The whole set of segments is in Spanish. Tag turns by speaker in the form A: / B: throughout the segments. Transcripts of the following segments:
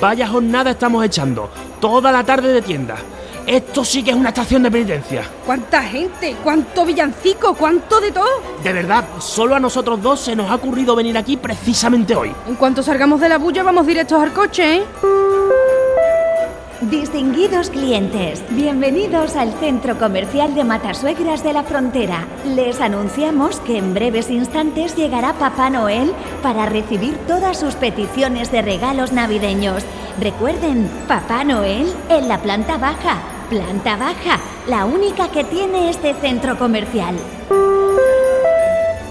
A: Vaya jornada estamos echando. Toda la tarde de tienda. Esto sí que es una estación de penitencia.
B: ¿Cuánta gente? ¿Cuánto villancico? ¿Cuánto de todo?
A: De verdad, solo a nosotros dos se nos ha ocurrido venir aquí precisamente hoy.
B: En cuanto salgamos de la bulla vamos directos al coche, ¿eh?
C: Distinguidos clientes, bienvenidos al centro comercial de Matasuegras de la Frontera. Les anunciamos que en breves instantes llegará Papá Noel para recibir todas sus peticiones de regalos navideños. Recuerden, Papá Noel en la planta baja, planta baja, la única que tiene este centro comercial.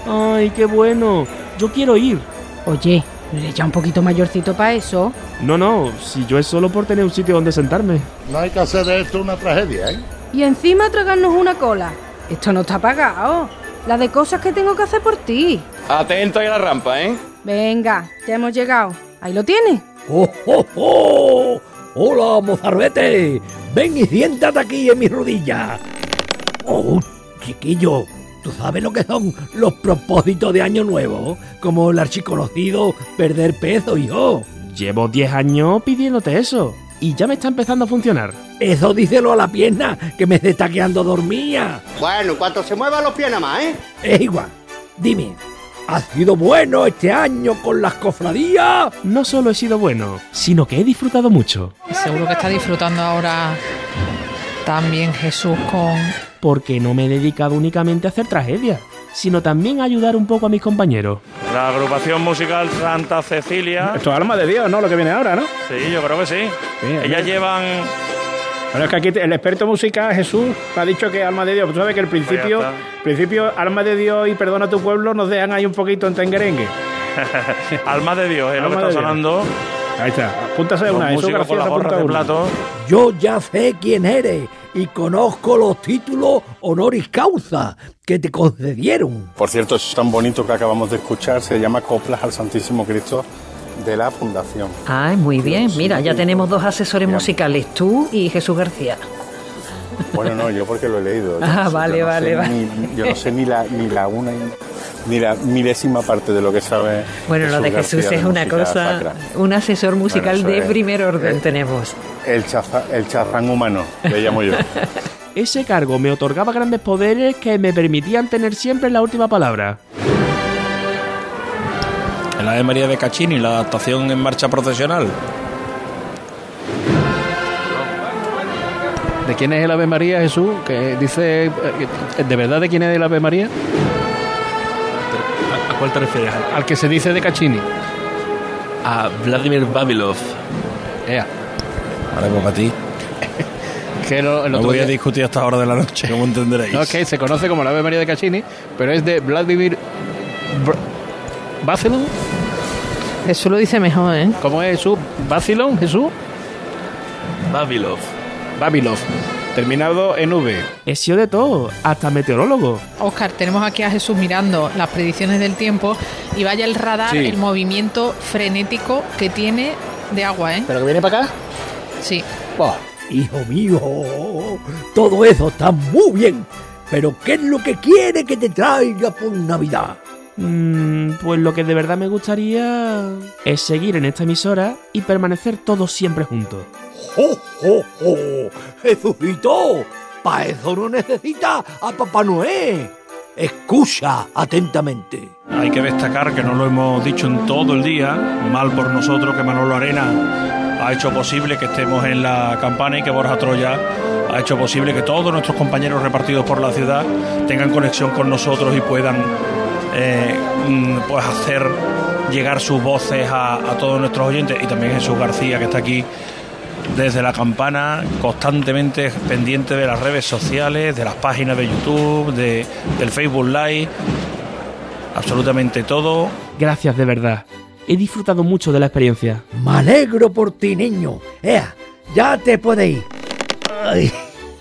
A: Ay, qué bueno. Yo quiero ir.
B: Oye, ¿no eres ya un poquito mayorcito para eso?
A: No, no, si yo es solo por tener un sitio donde sentarme.
D: No hay que hacer de esto una tragedia, ¿eh?
B: Y encima tragarnos una cola. Esto no está pagado. La de cosas que tengo que hacer por ti.
E: Atento ahí a la rampa, ¿eh?
B: Venga, ya hemos llegado. Ahí lo tienes.
F: ¡Oh, oh, oh! hola mozarbete! Ven y siéntate aquí en mi rodilla. ¡Oh, chiquillo! ¿Tú sabes lo que son los propósitos de Año Nuevo? Como el archiconocido perder peso, hijo.
A: Llevo 10 años pidiéndote eso. Y ya me está empezando a funcionar.
F: Eso díselo a la pierna, que me se está quedando dormía.
G: Bueno, cuanto se muevan los pies nada más, ¿eh?
F: Es igual. Dime, ¿has sido bueno este año con las cofradías?
A: No solo he sido bueno, sino que he disfrutado mucho.
H: Seguro que está disfrutando ahora también Jesús con...
A: Porque no me he dedicado únicamente a hacer tragedias, sino también a ayudar un poco a mis compañeros.
I: La agrupación musical Santa Cecilia.
J: Esto es alma de Dios, ¿no? Lo que viene ahora, ¿no?
I: Sí, yo creo que sí.
J: Sí,
I: Ellas
J: sí.
I: llevan.
J: Bueno, es que aquí el experto musical, Jesús, ha dicho que alma de Dios. Tú sabes que el principio,
I: Pues ya está.
J: principio alma de Dios y perdona a tu pueblo nos dejan ahí un poquito en tenguerengue.
I: Alma de Dios, es lo que
J: Alma
I: está
J: de Dios.
I: sonando.
J: Ahí está, apúntase
I: Los
J: una, Jesús
I: músicos con
J: García,
I: las gorras
J: apunta
I: de
J: una.
I: plato.
F: Yo ya sé quién eres y conozco los títulos honoris causa que te concedieron.
K: Por cierto, es tan bonito que acabamos de escuchar, se llama Coplas al Santísimo Cristo de la Fundación.
L: Ay, muy bien. Mira, ya tenemos dos asesores
K: Bien.
L: musicales, tú y Jesús García.
K: Bueno, no, yo porque lo he leído. Yo
L: Ah,
K: no sé-
L: vale,
K: yo no sé
L: vale, vale.
K: ni- yo no sé ni la, ni la una, y- ni la milésima parte de lo que sabe.
L: Bueno, lo de Jesús
K: García
L: es una
K: música
L: cosa,
K: sacra.
L: un asesor musical
K: eso
L: de
K: es-
L: primer orden
K: eh.
L: tenemos.
K: El, chaza- el chazán humano, le llamo yo.
A: Ese cargo me otorgaba grandes poderes que me permitían tener siempre la última palabra.
M: El Ave María de Caccini, la adaptación en marcha procesional.
J: ¿De quién es el Ave María, Jesús? Que dice, eh, que- ¿de verdad de quién es el Ave María?
M: ¿A, a cuál te refieres?
J: Al que se dice de Caccini.
M: A Vladimir Babilov.
J: Ea,
M: Ahora pues para ti.
J: que lo- el
M: No
J: otro
M: voy a
J: día-
M: discutir hasta ahora de la noche, como entenderéis.
J: No, es que se conoce como el Ave María de Caccini, pero es de Vladimir... Br- ¿Bacilon?
H: Jesús lo dice mejor, ¿eh?
J: ¿Cómo es Jesús? ¿Bacilon, Jesús?
M: Babilov.
J: Babilov. Terminado en V.
A: He sido de todo, hasta meteorólogo.
H: Oscar, tenemos aquí a Jesús mirando las predicciones del tiempo y vaya el radar,
J: Sí.
H: el movimiento frenético que tiene de agua, ¿eh?
J: ¿Pero que viene para acá?
H: Sí.
J: Buah.
F: Hijo mío, todo eso está muy bien, pero ¿qué es lo que quiere que te traiga por Navidad?
A: Mm, pues lo que de verdad me gustaría es seguir en esta emisora y permanecer todos siempre juntos.
F: ¡Jo, jo, jo! ¡Jesucito! Para eso no necesita a Papá Noé. Escucha atentamente.
M: Hay que destacar que no lo hemos dicho en todo el día, mal por nosotros que Manolo Arena ha hecho posible que estemos en la campana y que Borja Troya ha hecho posible que todos nuestros compañeros repartidos por la ciudad tengan conexión con nosotros y puedan eh, mm, pues hacer llegar sus voces a, a todos nuestros oyentes y también Jesús García que está aquí desde la campana, constantemente pendiente de las redes sociales, de las páginas de YouTube, de- del Facebook Live, absolutamente todo.
A: Gracias de verdad. He disfrutado mucho de la experiencia.
F: Me alegro por ti, niño. Ea, ya te puedes ir. Ay,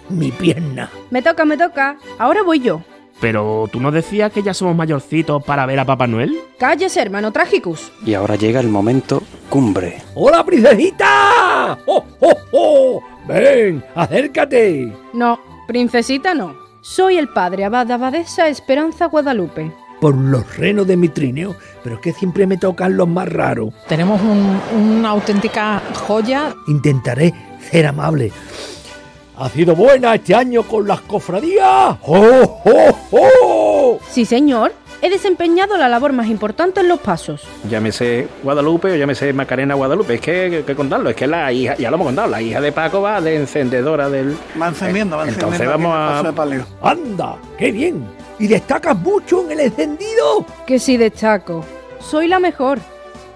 F: mi pierna.
B: Me toca, me toca. Ahora voy yo.
A: Pero tú no decías que ya somos mayorcitos para ver a Papá Noel.
B: Cállese, hermano Trágicus.
N: Y ahora llega el momento cumbre.
F: ¡Hola, princesita! ¡Oh, oh, oh! Ven, acércate.
B: No, princesita no. Soy el padre abad de abadesa Esperanza Guadalupe.
F: por los renos de mi trineo, pero es que siempre me tocan los más raros.
H: Tenemos un- una auténtica joya.
F: Intentaré ser amable. Ha sido buena este año con las cofradías. ¡Oh, oh, oh!
B: Sí, señor. He desempeñado la labor más importante en los pasos.
J: Llámese Guadalupe o llámese Macarena Guadalupe. Es que que- que contarlo, es que la hija, ya lo hemos contado, la hija de Paco va de encendedora del.
O: Va encendiendo, va encendiendo.
J: Entonces vamos
O: aquel paso de
J: a.
O: palio.
F: ¡Anda! ¡Qué bien! ¿Y destacas mucho en el encendido?
B: Que sí destaco. Soy la mejor.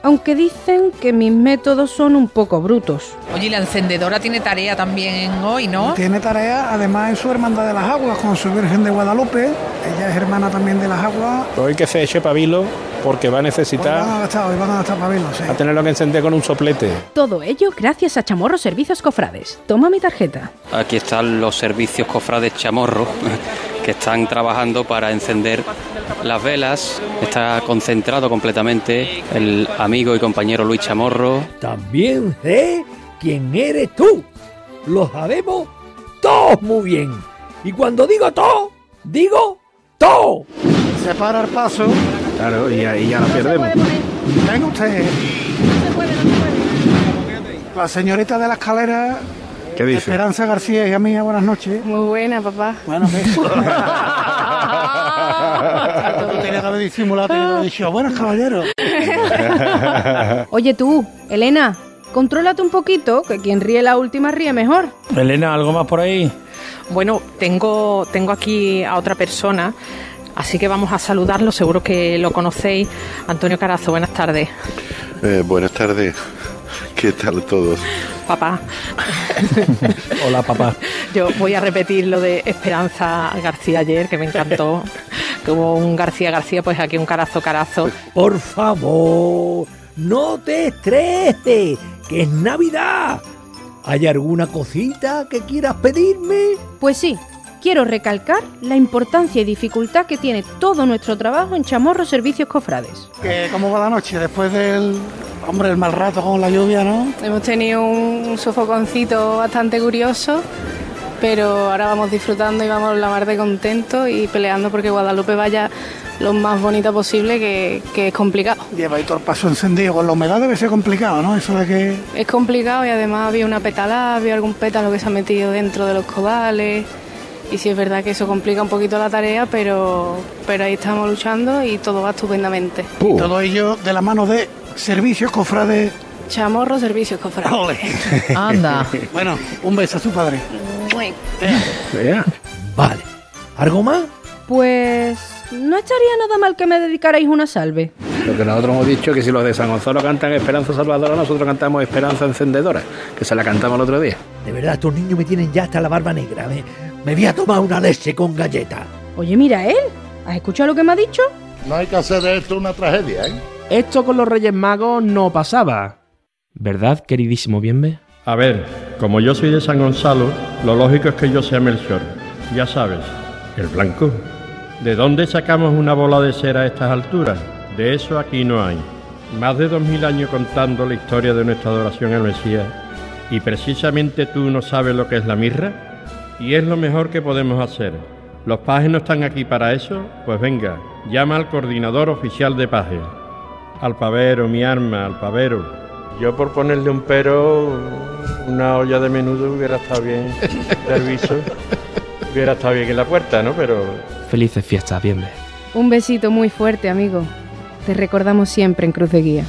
B: Aunque dicen que mis métodos son un poco brutos.
H: Oye, y la encendedora tiene tarea también hoy, ¿no?
O: Tiene tarea, además, en su hermandad de las aguas con su Virgen de Guadalupe. Ella es hermana también de las aguas.
J: Hoy que se eche pabilo porque va a
O: Hoy van a
J: necesitar
O: gastar, hoy van a gastar pabellos, sí.
J: a tenerlo que encender con un soplete.
B: Todo ello gracias a Chamorro Servicios Cofrades. Toma mi tarjeta.
N: Aquí están los servicios cofrades chamorro que están trabajando para encender las velas. Está concentrado completamente el amigo y compañero Luis Chamorro.
F: También sé quién eres tú. Lo sabemos todos muy bien. Y cuando digo todo, digo todo.
O: Se para el paso.
J: Claro, y ahí ya la perdemos.
O: Venga usted. La señorita de la escalera,
J: ¿Qué dice?
O: Esperanza García, hija mía, buenas noches.
P: Muy buena, papá.
O: Bueno, ¿qué? Tú tenías que haber disimulado, tenías que haber dicho, buenas caballeros.
B: Oye tú, Elena, contrólate un poquito, que quien ríe la última ríe mejor.
I: Elena, ¿algo más por ahí?
P: Bueno, tengo, tengo aquí a otra persona, así que vamos a saludarlo, seguro que lo conocéis. Antonio Carazo, buenas tardes,
Q: Eh, buenas tardes. ¿Qué tal todos?
P: papá.
J: Hola, papá.
P: Yo voy a repetir lo de Esperanza García ayer, que me encantó. Que hubo un García García, pues aquí un Carazo Carazo.
F: Por favor, no te estreses, que es Navidad. ¿Hay alguna cosita que quieras pedirme?
B: Pues sí, quiero recalcar la importancia y dificultad que tiene todo nuestro trabajo en Chamorro Servicios Cofrades.
O: Que, ¿Cómo va la noche? Después del, hombre, el mal rato con la lluvia, ¿no?
P: Hemos tenido un sofoconcito bastante curioso, pero ahora vamos disfrutando y vamos la mar de contento y peleando porque Guadalupe vaya lo más bonita posible, que, que es complicado.
O: Lleva ahí todo el paso encendido. Con la humedad debe ser complicado, ¿no? Eso de que...
P: Es complicado y además había una petalada, había algún pétalo que se ha metido dentro de los codales. Y sí es verdad que eso complica un poquito la tarea, pero, pero ahí estamos luchando y todo va estupendamente.
O: Y Todo ello de la mano de Servicios Cofrades.
P: Chamorro Servicios, cofrade.
O: Anda. bueno, un beso a su padre.
F: Vale. ¿Algo más?
B: Pues no estaría nada mal que me dedicarais una salve.
J: Lo que nosotros hemos dicho es que si los de San Gonzalo cantan Esperanza Salvadora, nosotros cantamos Esperanza Encendedora, que se la cantamos el otro día.
F: De verdad, estos niños me tienen ya hasta la barba negra. Me, me voy a tomar una leche con galleta.
B: Oye, mira él, ¿has escuchado lo que me ha dicho?
D: No hay que hacer de esto una tragedia, ¿eh?
A: Esto con los Reyes Magos no pasaba. ¿Verdad, queridísimo Bienve?
R: A ver, como yo soy de San Gonzalo, lo lógico es que yo sea Melchor. Ya sabes, el blanco. ¿De dónde sacamos una bola de cera a estas alturas? De eso aquí no hay. Más de dos mil años contando la historia de nuestra adoración al Mesías. ¿Y precisamente tú no sabes lo que es la mirra? Y es lo mejor que podemos hacer. ¿Los pajes no están aquí para eso? Pues venga, llama al coordinador oficial de pajes. Al pavero, mi arma, al pavero. Yo por ponerle un pero, una olla de menudo hubiera estado bien. Servicio. hubiera estado bien en la puerta, ¿no? Pero
A: Felices fiestas, Bienve.
B: Un besito muy fuerte, amigo. Te recordamos siempre en Cruz de Guía.